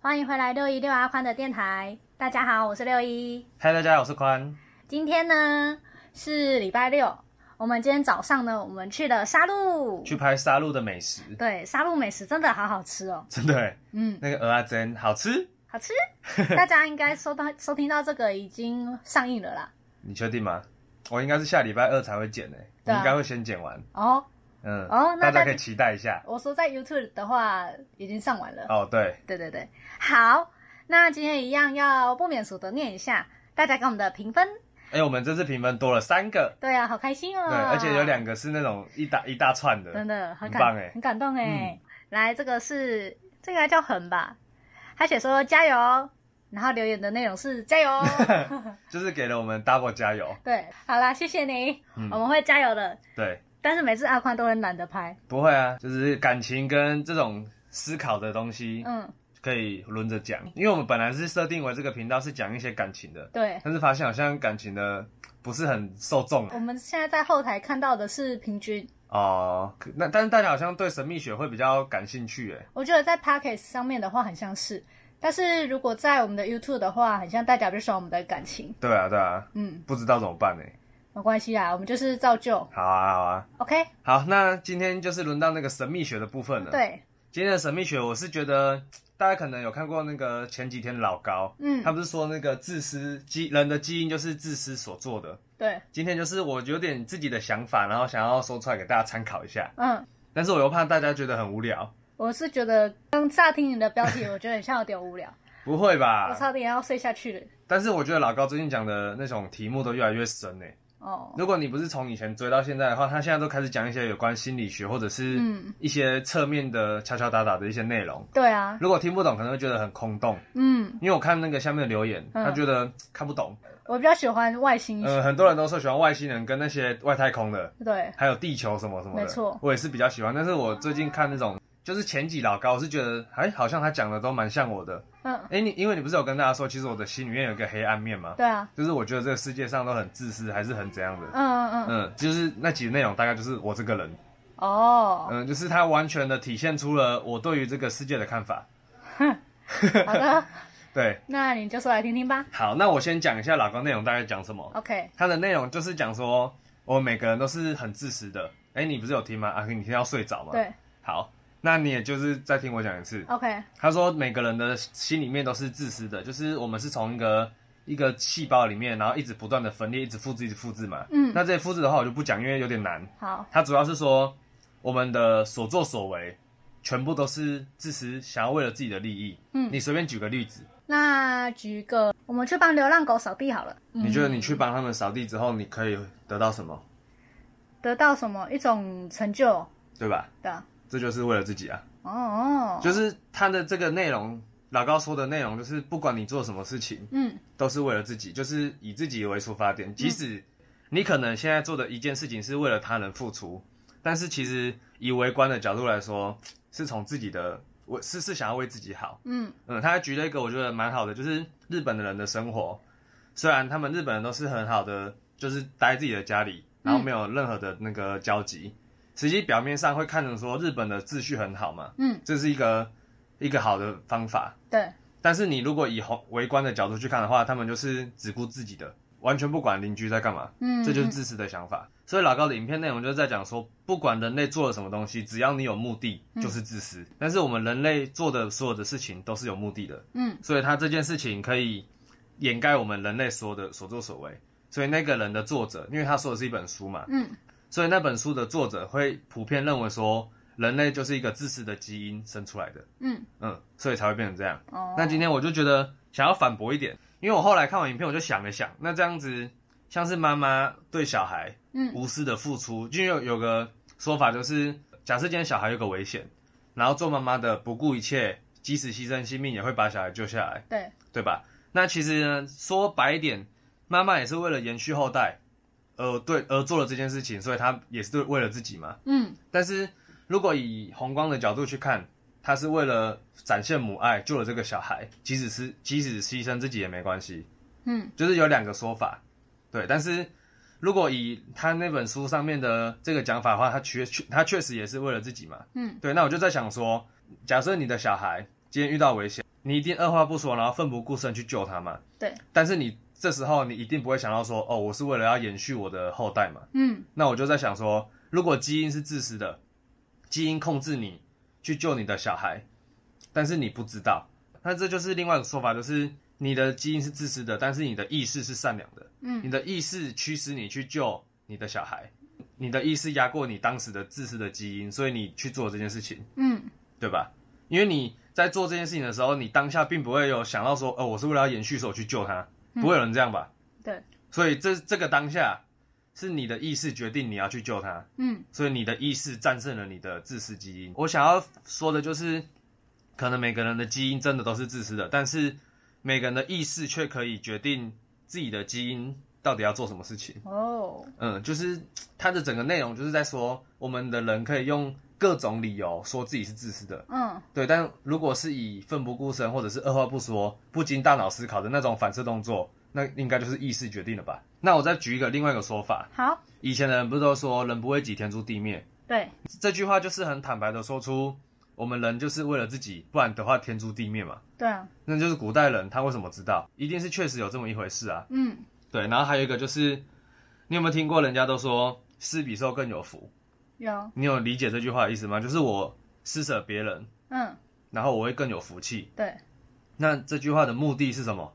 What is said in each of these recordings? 欢迎回来六一六阿宽的电台，大家好，我是六一。嗨，大家好，我是宽。今天呢是礼拜六，我们今天早上呢，我们去了沙鹿。去拍沙鹿的美食，对，沙鹿美食真的好好吃哦，真的耶，嗯，那个鹅啊真好吃。好 吃。大家应该收到收听到这个已经上映了啦。你确定吗？我应该是下礼拜二才会剪诶，对我啊应该会先剪完。哦，嗯，哦那大大家家可以期待一下。我说在 YouTube 的话已经上完了。哦，对，对对对，好，那今天一样要不免俗的念一下大家给我们的评分。哎，我们这次评分多了三个，对啊，好开心哦。对，而且有两个是那种一大一大串的，真的很很感棒哎很感动哎、来，这个是这个应该叫狠吧？他写说加油，然后留言的内容是加油。 就是给了我们 double 加油。对，好啦，谢谢你，嗯我们会加油的。对，但是每次阿宽都很懒得拍，不会啊，就是感情跟这种思考的东西嗯，可以轮着讲，因为我们本来是设定为这个频道是讲一些感情的，对。但是发现好像感情的不是很受众啊我们现在在后台看到的是平均，哦。可那但是大家好像对神秘学会比较感兴趣诶。我觉得在 p o c k e t 上面的话很像是，但是如果在我们的 YouTube 的话，很像大家不喜欢我们的感情，对啊，对啊，嗯，不知道怎么办呢？没关系啦，我们就是照旧好啊，好啊， ，OK？好，那今天就是轮到那个神秘学的部分了。，对，今天的神秘学，我是觉得大家可能有看过那个前几天的老高，嗯他不是说那个自私基人的基因就是自私所做的。对，今天就是我有点自己的想法，然后想要说出来给大家参考一下，嗯，但是我又怕大家觉得很无聊。我是觉得刚乍听你的标 题，我觉得很像有点无聊，不会吧？我差点要睡下去了。但是我觉得老高最近讲的那种题目都越来越深诶、哦，如果你不是从以前追到现在的话，他现在都开始讲一些有关心理学或者是嗯一些侧面的敲敲打打的一些内容。对啊，如果听不懂，可能会觉得很空洞。嗯，因为我看那个下面的留言，嗯他觉得看不懂。我比较喜欢外星呃，很多人都说喜欢外星人跟那些外太空的，对，还有地球什么什么的。没错我也是比较喜欢。但是我最近看那种，就是前几老高，我是觉得，哎，好像他讲的都蛮像我的。嗯，哎，你因为你不是有跟大家说，其实我的心里面有一个黑暗面吗？对啊，就是我觉得这个世界上都很自私，还是很怎样的。嗯嗯嗯，嗯，就是那集内容大概就是我这个人， 哦，嗯，就是它完全的体现出了我对于这个世界的看法。好的，对，那你就说来听听吧。好，那我先讲一下老高内容大概讲什么。 OK，它的内容就是讲说，我们每个人都是很自私的。哎、你不是有听吗？啊，你听到睡着吗？。对好，那你也就是再听我讲一次。 ，OK，他说每个人的心里面都是自私的，就是我们是从一个一个细胞里面，然后一直不断的分裂，一直复制，一直复制嘛。嗯那这些复制的话，我就不讲，因为有点难。好，它主要是说我们的所作所为全部都是自私，想要为了自己的利益。嗯你随便举个例子，那举个，我们去帮流浪狗扫地好了。嗯你觉得你去帮他们扫地之后，你可以得到什么？得到什么一种成就对吧？的？这就是为了自己啊。哦哦，就是它的这个内容，老高说的内容，就是不管你做什么事情，嗯，都是为了自己，就是以自己为出发点。即使你可能现在做的一件事情是为了他人付出，但是其实以为官的角度来说，是从自己的我是是想要为自己好。嗯嗯，他还举了一个我觉得蛮好的，就是日本的人的生活，虽然他们日本人都是很好的，就是待在自己的家里，然后嗯没有任何的那个交集，实际表面上会看成说日本的秩序很好嘛，嗯，这是一个一个好的方法，对，但是你如果以宏围观的角度去看的话，他们就是只顾自己的，完全不管邻居在干嘛，嗯，这就是自私的想法。所以老高的影片内容就是在讲说，不管人类做了什么东西，只要你有目的，嗯就是自私。但是我们人类做的所有的事情都是有目的的，嗯，所以他这件事情可以掩盖我们人类所有的所作所为。所以那个人的作者，因为他说的是一本书嘛，嗯，所以那本书的作者会普遍认为说，人类就是一个自私的基因生出来的，嗯嗯，所以才会变成这样。哦，那今天我就觉得想要反驳一点，因为我后来看完影片，我就想了想，那这样子像是妈妈对小孩嗯无私的付出，就有有个说法就是，假设今天小孩有个危险，然后做妈妈的不顾一切，即使牺牲性命也会把小孩救下来，对对吧？那其实呢，说白一点，妈妈也是为了延续后代，而对而做了这件事情，所以她也是为了自己嘛。嗯但是如果以宏观的角度去看，他是为了展现母爱救了这个小孩，即使是即使牺牲自己也没关系，嗯就是有两个说法，对。但是如果以他那本书上面的这个讲法的话，他确确他确实也是为了自己嘛，嗯，对。那我就在想说，假设你的小孩今天遇到危险，你一定二话不说，然后奋不顾身去救他嘛。对，但是你这时候你一定不会想到说，哦，我是为了要延续我的后代嘛。嗯，那我就在想说，如果基因是自私的，基因控制你去救你的小孩，但是你不知道，那这就是另外一个说法，就是你的基因是自私的，但是你的意识是善良的。嗯，你的意识驱使你去救你的小孩，你的意识压过你当时的自私的基因，所以你去做这件事情，嗯，对吧？因为你在做这件事情的时候，你当下并不会有想到说，哦，我是为了要延续所去救他，不会有人这样吧？嗯对，所以这这个当下是你的意识决定你要去救他，嗯，所以你的意识战胜了你的自私基因。我想要说的就是，可能每个人的基因真的都是自私的，但是每个人的意识却可以决定自己的基因到底要做什么事情。哦，嗯，就是它的整个内容就是在说，我们的人可以用各种理由说自己是自私的，嗯，对。但如果是以奋不顾身或者是二话不说、不经大脑思考的那种反射动作，那应该就是意识决定了吧？那我再举一个另外一个说法，好，以前的人不是都说“人不为己，天诛地灭对，”这句话，就是很坦白的说出，我们人就是为了自己，不然的话天诛地灭嘛。对啊，那就是古代人他为什么知道？一定是确实有这么一回事啊。嗯，对，然后还有一个就是，你有没有听过人家都说“施比受更有福有”？，你有理解这句话的意思吗？就是我施舍别人，嗯，然后我会更有福气。对，那这句话的目的是什么？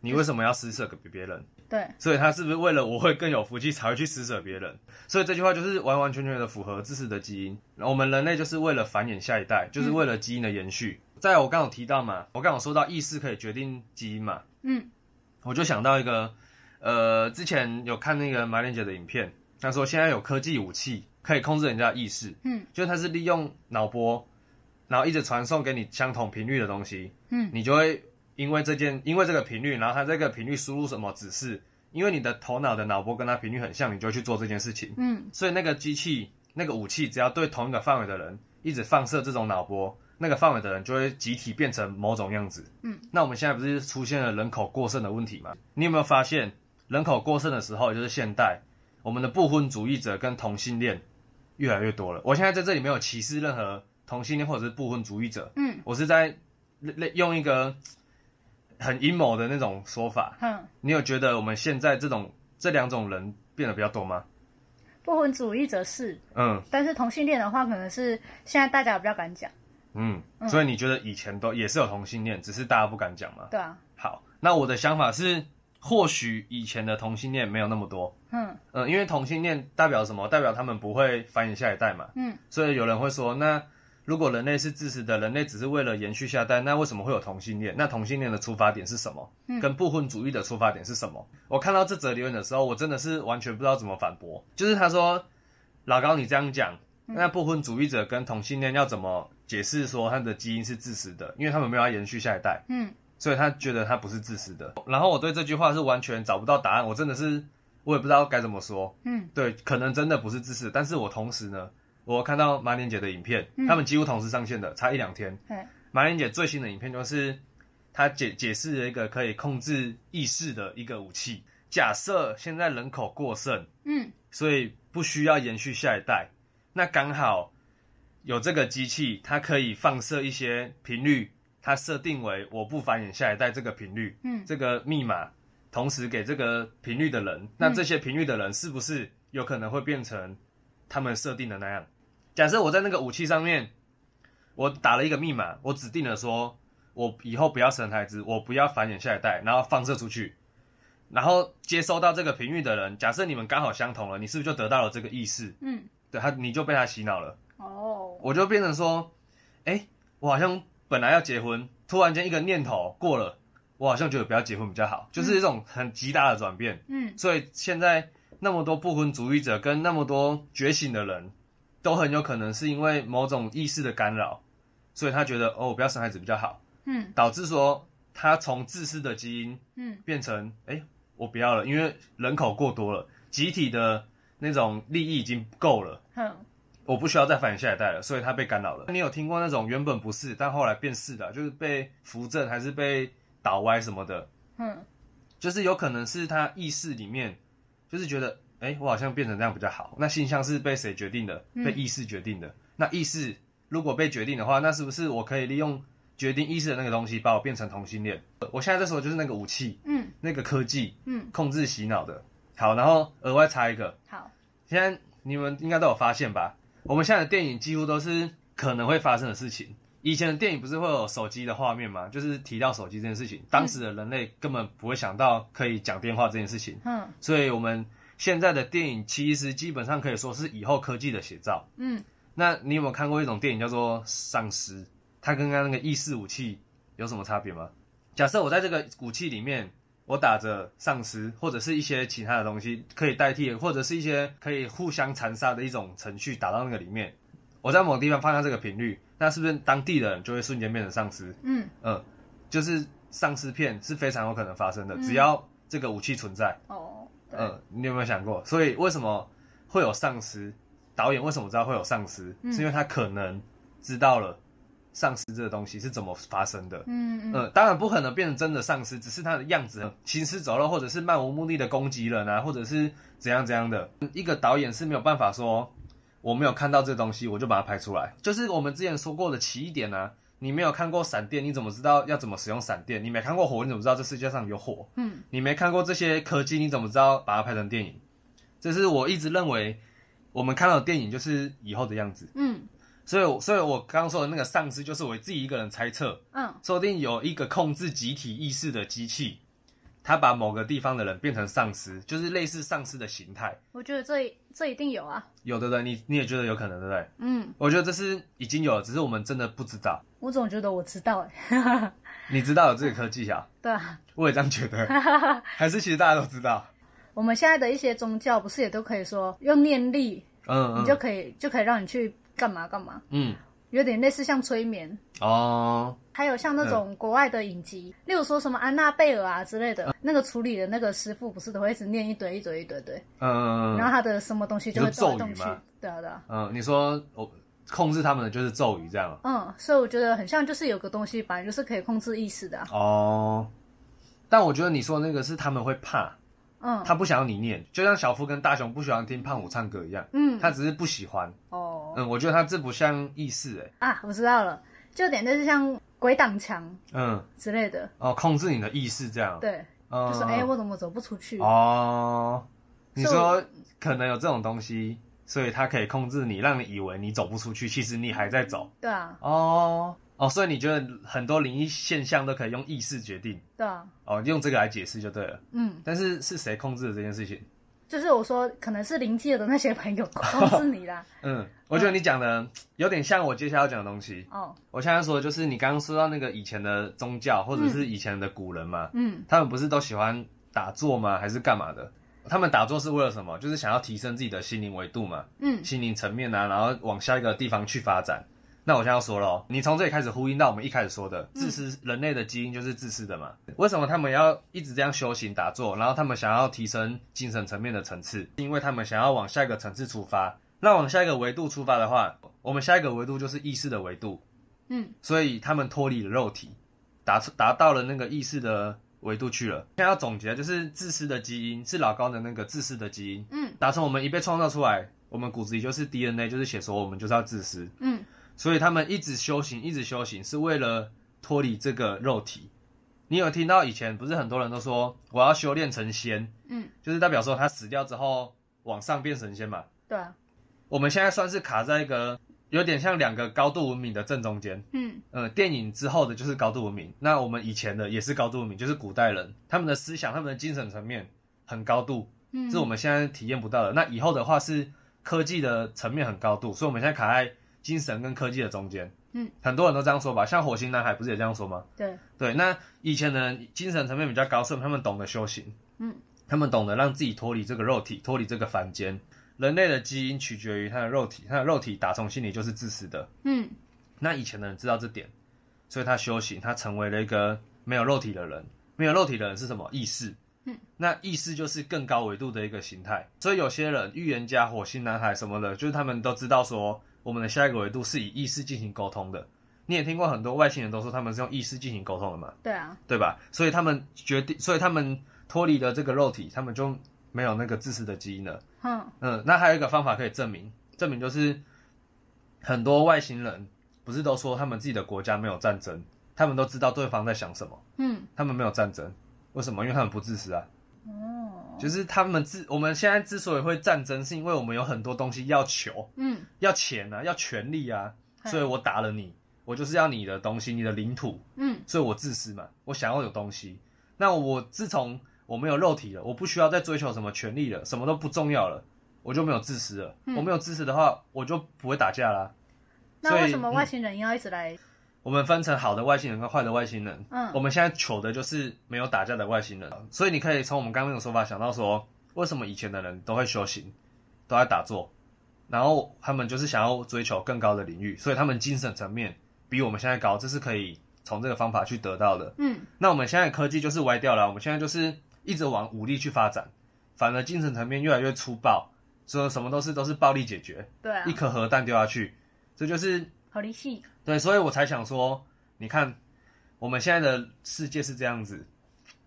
你为什么要施舍给别人？对，所以他是不是为了我会更有福气才会去施舍别人？所以这句话就是完完全全的符合自私的基因。我们人类就是为了繁衍下一代，就是为了基因的延续。在我刚有提到嘛，我刚有说到意识可以决定基因嘛，嗯，我就想到一个，呃，之前有看那个马莲姐的影片，她说现在有科技武器可以控制人家的意识，嗯，就是它是利用脑波，然后一直传送给你相同频率的东西，嗯，你就会因为这件，因为这个频率，然后它这个频率输入什么指示，因为你的头脑的脑波跟它频率很像，你就会去做这件事情，嗯，所以那个机器、那个武器，只要对同一个范围的人一直放射这种脑波，那个范围的人就会集体变成某种样子。嗯，那我们现在不是出现了人口过剩的问题吗？你有没有发现，人口过剩的时候，也就是现代，我们的不婚主义者跟同性恋越来越多了。我现在在这里没有歧视任何同性恋或者是不婚主义者，嗯，我是在类类用一个很阴谋的那种说法。哼，你有觉得我们现在这种这两种人变得比较多吗？不婚主义者是，嗯。但是同性恋的话，可能是现在大家比较敢讲，嗯，所以你觉得以前都也是有同性恋，只是大家不敢讲吗？对啊，好，那我的想法是，或许以前的同性恋没有那么多，嗯，嗯，因为同性恋代表什么？代表他们不会繁衍下一代嘛，嗯，所以有人会说，那如果人类是自私的，人类只是为了延续下一代，那为什么会有同性恋？那同性恋的出发点是什么？跟不婚主义的出发点是什么？我看到这则留言的时候，我真的是完全不知道怎么反驳。就是他说，老高你这样讲，那不婚主义者跟同性恋要怎么解释说他的基因是自私的？因为他们没有要延续下一代，嗯，所以他觉得他不是自私的。然后我对这句话是完全找不到答案，我真的是我也不知道该怎么说。嗯，对，可能真的不是自私，但是我同时呢，我看到马莲姐的影片，他们几乎同时上线的，差一两天。嘿，马莲姐最新的影片就是她解解释了一个可以控制意识的一个武器。假设现在人口过剩，嗯，所以不需要延续下一代。那刚好有这个机器，它可以放射一些频率，它设定为我不繁衍下一代这个频率，嗯这个密码，同时给这个频率的人。那这些频率的人是不是有可能会变成他们设定的那样？假设我在那个武器上面，我打了一个密码，我指定了说，我以后不要生孩子，我不要繁衍下一代，然后放射出去，然后接收到这个频率的人，假设你们刚好相同了，你是不是就得到了这个意识？嗯，对他，你就被他洗脑了。哦，我就变成说，哎、我好像本来要结婚，突然间一个念头过了，我好像觉得不要结婚比较好，就是一种很极大的转变。嗯，所以现在那么多不婚主义者跟那么多觉醒的人，都很有可能是因为某种意识的干扰，所以他觉得哦，我不要生孩子比较好，嗯，导致说他从自私的基因嗯，变成哎、诶我不要了，因为人口过多了，集体的那种利益已经够了。哼，我不需要再繁衍下一代了，所以他被干扰了。你有听过那种原本不是，但后来变是的，就是被扶正还是被倒歪什么的，哼，就是有可能是他意识里面就是觉得，哎、我好像变成这样比较好。那性向是被谁决定的？被意识决定的。那意识如果被决定的话，那是不是我可以利用决定意识的那个东西把我变成同性恋。我现在这时候就是那个武器，嗯那个科技嗯，控制洗脑的。好，然后额外插一个，好，现在你们应该都有发现吧？我们现在的电影几乎都是可能会发生的事情。以前的电影不是会有手机的画面吗？就是提到手机这件事情，当时的人类根本不会想到可以讲电话这件事情，嗯所以我们现在的电影其实基本上可以说是以后科技的写照。嗯，那你有没有看过一种电影叫做《丧尸》？它跟刚刚那个意识武器有什么差别吗？假设我在这个武器里面，我打着丧尸或者是一些其他的东西可以代替，或者是一些可以互相残杀的一种程序打到那个里面，我在某个地方放下这个频率，那是不是当地的人就会瞬间变成丧尸？嗯，嗯，就是丧尸片是非常有可能发生的，嗯只要这个武器存在。哦，对，嗯，你有没有想过？所以为什么会有丧尸？导演为什么知道会有丧尸？嗯是因为他可能知道了丧尸这个东西是怎么发生的。嗯嗯嗯，当然不可能变成真的丧尸，只是他的样子行尸走肉，或者是漫无目的的攻击人啊，或者是怎样怎样的。一个导演是没有办法说我没有看到这东西，我就把它拍出来。就是我们之前说过的奇异点啊，你没有看过闪电，你怎么知道要怎么使用闪电？你没看过火，你怎么知道这世界上有火？嗯，你没看过这些科技，你怎么知道把它拍成电影？这是我一直认为我们看到的电影就是以后的样子。嗯所以我，所以我刚刚说的那个丧尸，就是我自己一个人猜测。嗯说不定有一个控制集体意识的机器，它把某个地方的人变成丧尸，就是类似丧尸的形态。我觉得这这一定有啊，有的人你你也觉得有可能，对不对？嗯，我觉得这是已经有了，只是我们真的不知道。我总觉得我知道哎，你知道有这个科技啊？对啊，我也这样觉得，还是其实大家都知道？我们现在的一些宗教不是也都可以说用念力，嗯你就嗯可以就可以让你去干嘛干嘛，嗯有点类似像催眠。哦，还有像那种国外的影集，例如说什么安娜贝尔啊之类嗯的，那个处理的那个师傅不是都会一直念一堆一堆一堆对，嗯嗯然后嗯他的什么东西就会你说动来咒动语去吗，对啊对啊，嗯，你说我控制他们的就是咒语这样啊嗯，所以我觉得很像就是有个东西本来就是可以控制意识的啊、哦？但我觉得你说那个是他们会怕，嗯他不想要你念，就像小夫跟大雄不喜欢听胖虎唱歌一样，嗯他只是不喜欢。哦嗯，我觉得他这不像意识、欸，啊，我知道了，就有点类似像鬼挡墙嗯，之类的，哦，控制你的意识这样，对，嗯，就是哎、我怎么走不出去？哦，你所以我说可能有这种东西，所以它可以控制你，让你以为你走不出去，其实你还在走。对啊哦，哦，所以你觉得很多灵异现象都可以用意识决定，对啊，哦，用这个来解释就对了。嗯，但是是谁控制的这件事情？就是我说可能是灵界的那些朋 友控制你啦，嗯，我觉得你讲的有点像我接下来要讲的东西。哦，我现在说的就是你刚刚说到那个以前的宗教或者是以前的古人嘛，嗯他们不是都喜欢打坐吗？还是干嘛的？他们打坐是为了什么？就是想要提升自己的心灵维度嘛，嗯心灵层面啊，然后往下一个地方去发展。那我现在要说了哦，你从这里开始呼应到我们一开始说的，自私人类的基因就是自私的嘛。为什么他们要一直这样修行打坐？然后他们想要提升精神层面的层次，因为他们想要往下一个层次出发。那往下一个维度出发的话，我们下一个维度就是意识的维度。嗯，所以他们脱离了肉体，达出达到了那个意识的维度去了。现在要总结，就是自私的基因是老高的那个自私的基因，嗯，打从我们一被创造出来，我们骨子里就是 DNA，就是写说我们就是要自私，嗯，所以他们一直修行，一直修行是为了脱离这个肉体。你有听到以前不是很多人都说我要修炼成仙，嗯，就是代表说他死掉之后往上变神仙嘛。对啊，我们现在算是卡在一个有点像两个高度文明的正中间，嗯呃，电影之后的就是高度文明，那我们以前的也是高度文明，就是古代人他们的思想、他们的精神层面很高度，嗯，是我们现在体验不到的。那以后的话是科技的层面很高度，所以我们现在卡在精神跟科技的中间。嗯，很多人都这样说吧，像火星男孩不是也这样说吗？对，对，那以前的人精神层面比较高，所以他们懂得修行，嗯，他们懂得让自己脱离这个肉体，脱离这个凡间。人类的基因取决于他的肉体，他的肉体打从心里就是自私的，嗯那以前的人知道这点，所以他修行，他成为了一个没有肉体的人。没有肉体的人是什么？意识。嗯，那意识就是更高维度的一个形态。所以有些人，预言家、火星男孩什么的，就是他们都知道说，我们的下一个维度是以意识进行沟通的。你也听过很多外星人都说他们是用意识进行沟通的嘛，对啊，对吧？所以他们决定，所以他们脱离了这个肉体，他们就没有那个自私的基因了。嗯嗯，那还有一个方法可以证明，证明就是很多外星人不是都说他们自己的国家没有战争，他们都知道对方在想什么，嗯，他们没有战争，为什么？因为他们不自私啊。哦，就是他们自我们现在之所以会战争，是因为我们有很多东西要求，嗯，要钱啊，要权利啊，嘿所以我打了你，我就是要你的东西，你的领土，嗯，所以我自私嘛，我想要有东西。那我自从我没有肉体了，我不需要再追求什么权利了，什么都不重要了，我就没有自私了。我没有自私的话，我就不会打架啦。那所以为什么外星人要一直来？我们分成好的外星人跟坏的外星人。嗯我们现在求的就是没有打架的外星人，所以你可以从我们刚刚的说法想到说，为什么以前的人都会修行，都在打坐，然后他们就是想要追求更高的领域，所以他们精神层面比我们现在高，这是可以从这个方法去得到的。嗯那我们现在的科技就是歪掉了，我们现在就是一直往武力去发展，反而精神层面越来越粗暴，说什么都是都是暴力解决，对啊一，颗核弹丢下去，这就是好离系，对，所以我才想说，你看我们现在的世界是这样子，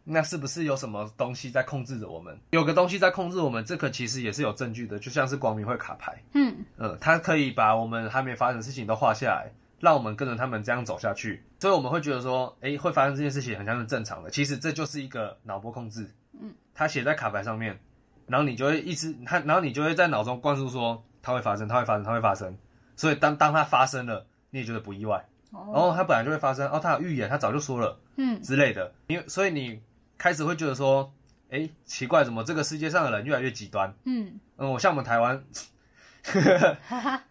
那是不是有什么东西在控制着我们？有个东西在控制我们，这个其实也是有证据的，就像是光明会卡牌，嗯嗯，它可以把我们还没发生的事情都画下来，让我们跟着他们这样走下去。所以我们会觉得说，诶，会发生这件事情很像是正常的，其实这就是一个脑波控制，嗯，它写在卡牌上面，然后你就会一直它，然后你就会在脑中灌输说它会发生，它会发生，它会发生。所以当当它发生了，你也觉得不意外。然哦，后它本来就会发生，哦，它有预言，它早就说了嗯之类的。因为所以你开始会觉得说，哎，奇怪，怎么这个世界上的人越来越极端？嗯，嗯，我像我们台湾，哈哈，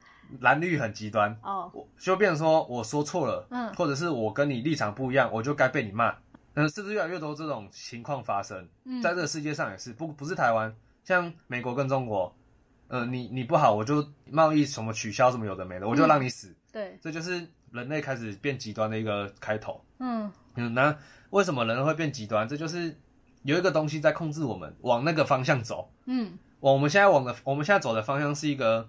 蓝绿很极端，哦，我就变成说我说错了，嗯或者是我跟你立场不一样，我就该被你骂。嗯，是不是越来越多这种情况发生？嗯在这个世界上也是，不不是台湾，像美国跟中国，嗯、你你不好，我就贸易什么取消什么有的嗯没的，我就让你死，对，这就是人类开始变极端的一个开头。嗯嗯，那为什么人会变极端？这就是有一个东西在控制我们往那个方向走。嗯往我们现在往的，我们现在走的方向是一个，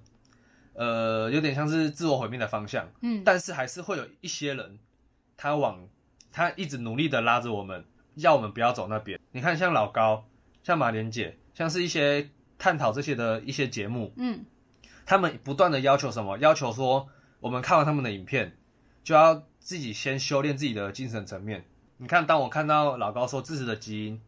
呃，有点像是自我毁灭的方向，嗯，但是还是会有一些人，他往他一直努力的拉着我们，要我们不要走那边。你看，像老高，像马莲姐，像是一些探讨这些的一些节目，嗯他们不断的要求什么？要求说我们看完他们的影片，就要自己先修炼自己的精神层面。你看，当我看到老高说自私的基因，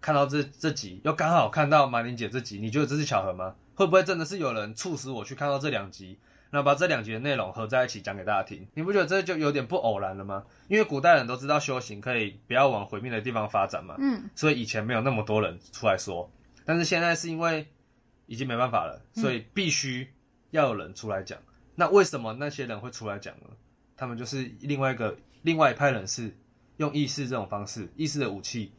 看到这这集，又刚好看到马玲姐这集，你觉得这是巧合吗？会不会真的是有人促使我去看到这两集，那把这两集的内容合在一起讲给大家听？你不觉得这就有点不偶然了吗？因为古代人都知道修行可以不要往毁灭的地方发展嘛，嗯所以以前没有那么多人出来说，但是现在是因为已经没办法了，所以必须要有人出来讲。那为什么那些人会出来讲呢？他们就是另外一个另外一派人士，用意识这种方式，意识的武器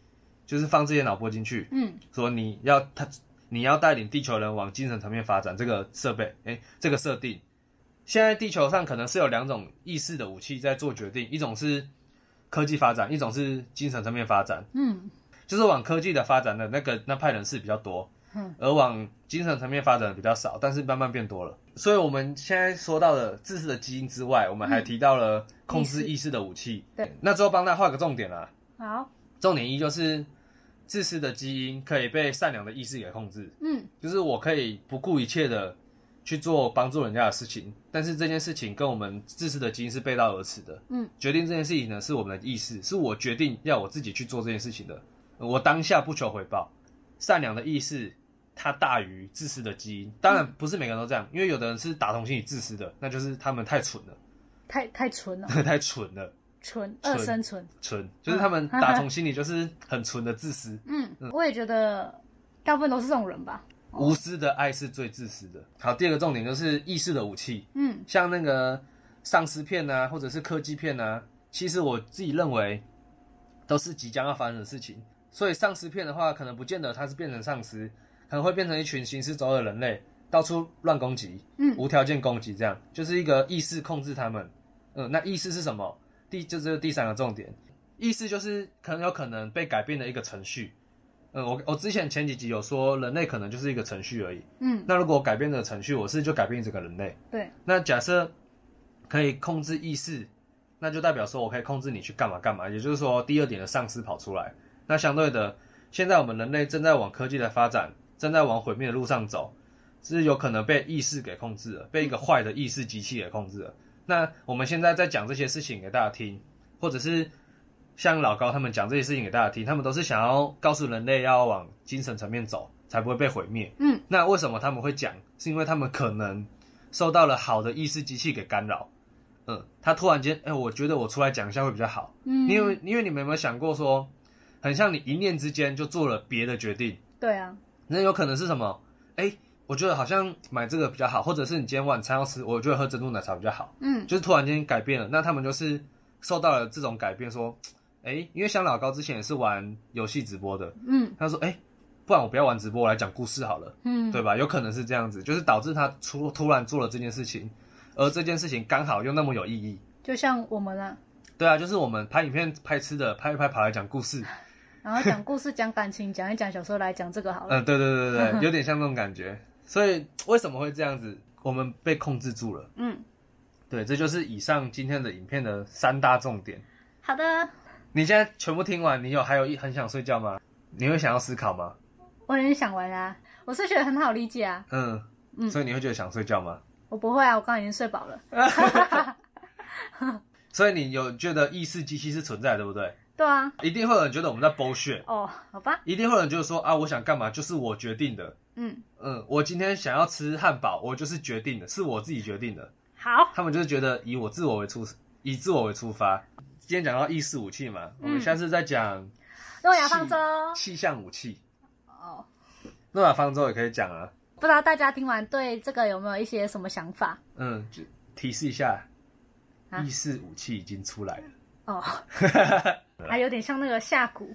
就是放这些脑波进去，嗯说你要他你要带领地球人往精神层面发展，这个设备，哎、这个设定。现在地球上可能是有两种意识的武器在做决定，一种是科技发展，一种是精神层面发展。嗯就是往科技的发展的那个那派人士比较多，嗯，而往精神层面发展的比较少，但是慢慢变多了。所以我们现在说到的自私的基因之外，我们还提到了控制意识的武器。嗯对，那最后帮大家画个重点啦、好，重点一就是自私的基因可以被善良的意识给控制，嗯就是我可以不顾一切的去做帮助人家的事情，但是这件事情跟我们自私的基因是背道而驰的。嗯，决定这件事情呢是我们的意识，是我决定要我自己去做这件事情的，我当下不求回报。善良的意识它大于自私的基因，当然不是每个人都这样，因为有的人是打从心里自私的，那就是他们太蠢了， 太太纯了，太蠢了，纯二纯生纯，蠢就是他们打从心里就是很纯的自私，嗯，我也觉得大部分都是这种人吧，无私的爱是最自私的。好，第二个重点就是意识的武器，嗯像那个丧尸片啊，或者是科技片啊，其实我自己认为都是即将要发生的事情。所以丧尸片的话，可能不见得它是变成丧尸，可能会变成一群行尸走肉的人类，到处乱攻击，嗯无条件攻击，这样就是一个意识控制他们。嗯，那意识是什么？第这就是第三个重点，意识就是可能有可能被改变的一个程序。嗯，我我之前前几集有说，人类可能就是一个程序而已。嗯，那如果我改变这个程序，我是就改变整个人类。对，那假设可以控制意识，那就代表说我可以控制你去干嘛干嘛，也就是说第二点的丧尸跑出来。那相对的，现在我们人类正在往科技的发展，正在往毁灭的路上走，是有可能被意识给控制了，被一个坏的意识机器给控制了。那我们现在在讲这些事情给大家听，或者是像老高他们讲这些事情给大家听，他们都是想要告诉人类要往精神层面走，才不会被毁灭。嗯，那为什么他们会讲？是因为他们可能受到了好的意识机器给干扰。嗯，他突然间，哎、我觉得我出来讲一下会比较好。嗯，因为因为你们有没有想过说，很像你一念之间就做了别的决定，对啊，那有可能是什么？哎、我觉得好像买这个比较好，或者是你今天晚餐要吃，我觉得喝珍珠奶茶比较好，嗯就是突然间改变了。那他们就是受到了这种改变，说，哎、因为像老高之前也是玩游戏直播的，嗯他说，哎、不然我不要玩直播，我来讲故事好了，嗯，对吧？有可能是这样子，就是导致他出突然做了这件事情，而这件事情刚好又那么有意义，就像我们啦，对啊，就是我们拍影片、拍吃的，拍一拍跑来讲故事，然后讲故事、讲感情，讲一讲小时候来讲这个好了。嗯，对对对对，有点像那种感觉。所以为什么会这样子？我们被控制住了。嗯，对，这就是以上今天的影片的三大重点。好的，你现在全部听完，你有还有一很想睡觉吗？你会想要思考吗？我已经想完啦、啊我是觉得很好理解啊，嗯，嗯所以你会觉得想睡觉吗？我不会啊，我刚刚已经睡饱了。所以你有觉得意识机器是存在的，对不对？对啊，一定会有人觉得我们在剥削，哦，好吧，一定会有人觉得说啊，我想干嘛就是我决定的。嗯，嗯，我今天想要吃汉堡，我就是决定的，是我自己决定的。好，他们就是觉得以我自我为出，以自我为出发。今天讲到意识武器嘛，我们下次再讲嗯诺亚方舟。气象武器。哦，诺亚方舟也可以讲啊，不知道大家听完对这个有没有一些什么想法？嗯，就提示一下，啊意识武器已经出来了。 哦，还有点像那个下蛊，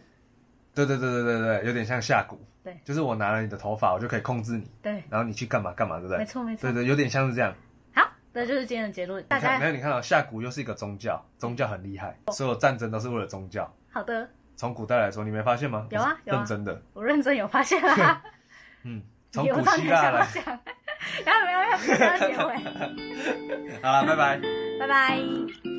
对对对对对对，有点像下蛊。对，就是我拿了你的头发，我就可以控制你，对，然后你去干嘛干嘛，对不对？没错没错对对，有点像是这样。好，这就是今天的结论。你大哦看，没家有你看到、下蛊又是一个宗教，宗教很厉害，所有战争都是为了宗教。好的，从古代来说，你没发现吗？有啊有啊认真的，我认真有发现啦，嗯， 从有古让希你腊想来要。讲， 然后不要不要不要结尾， 好了，拜拜。拜拜。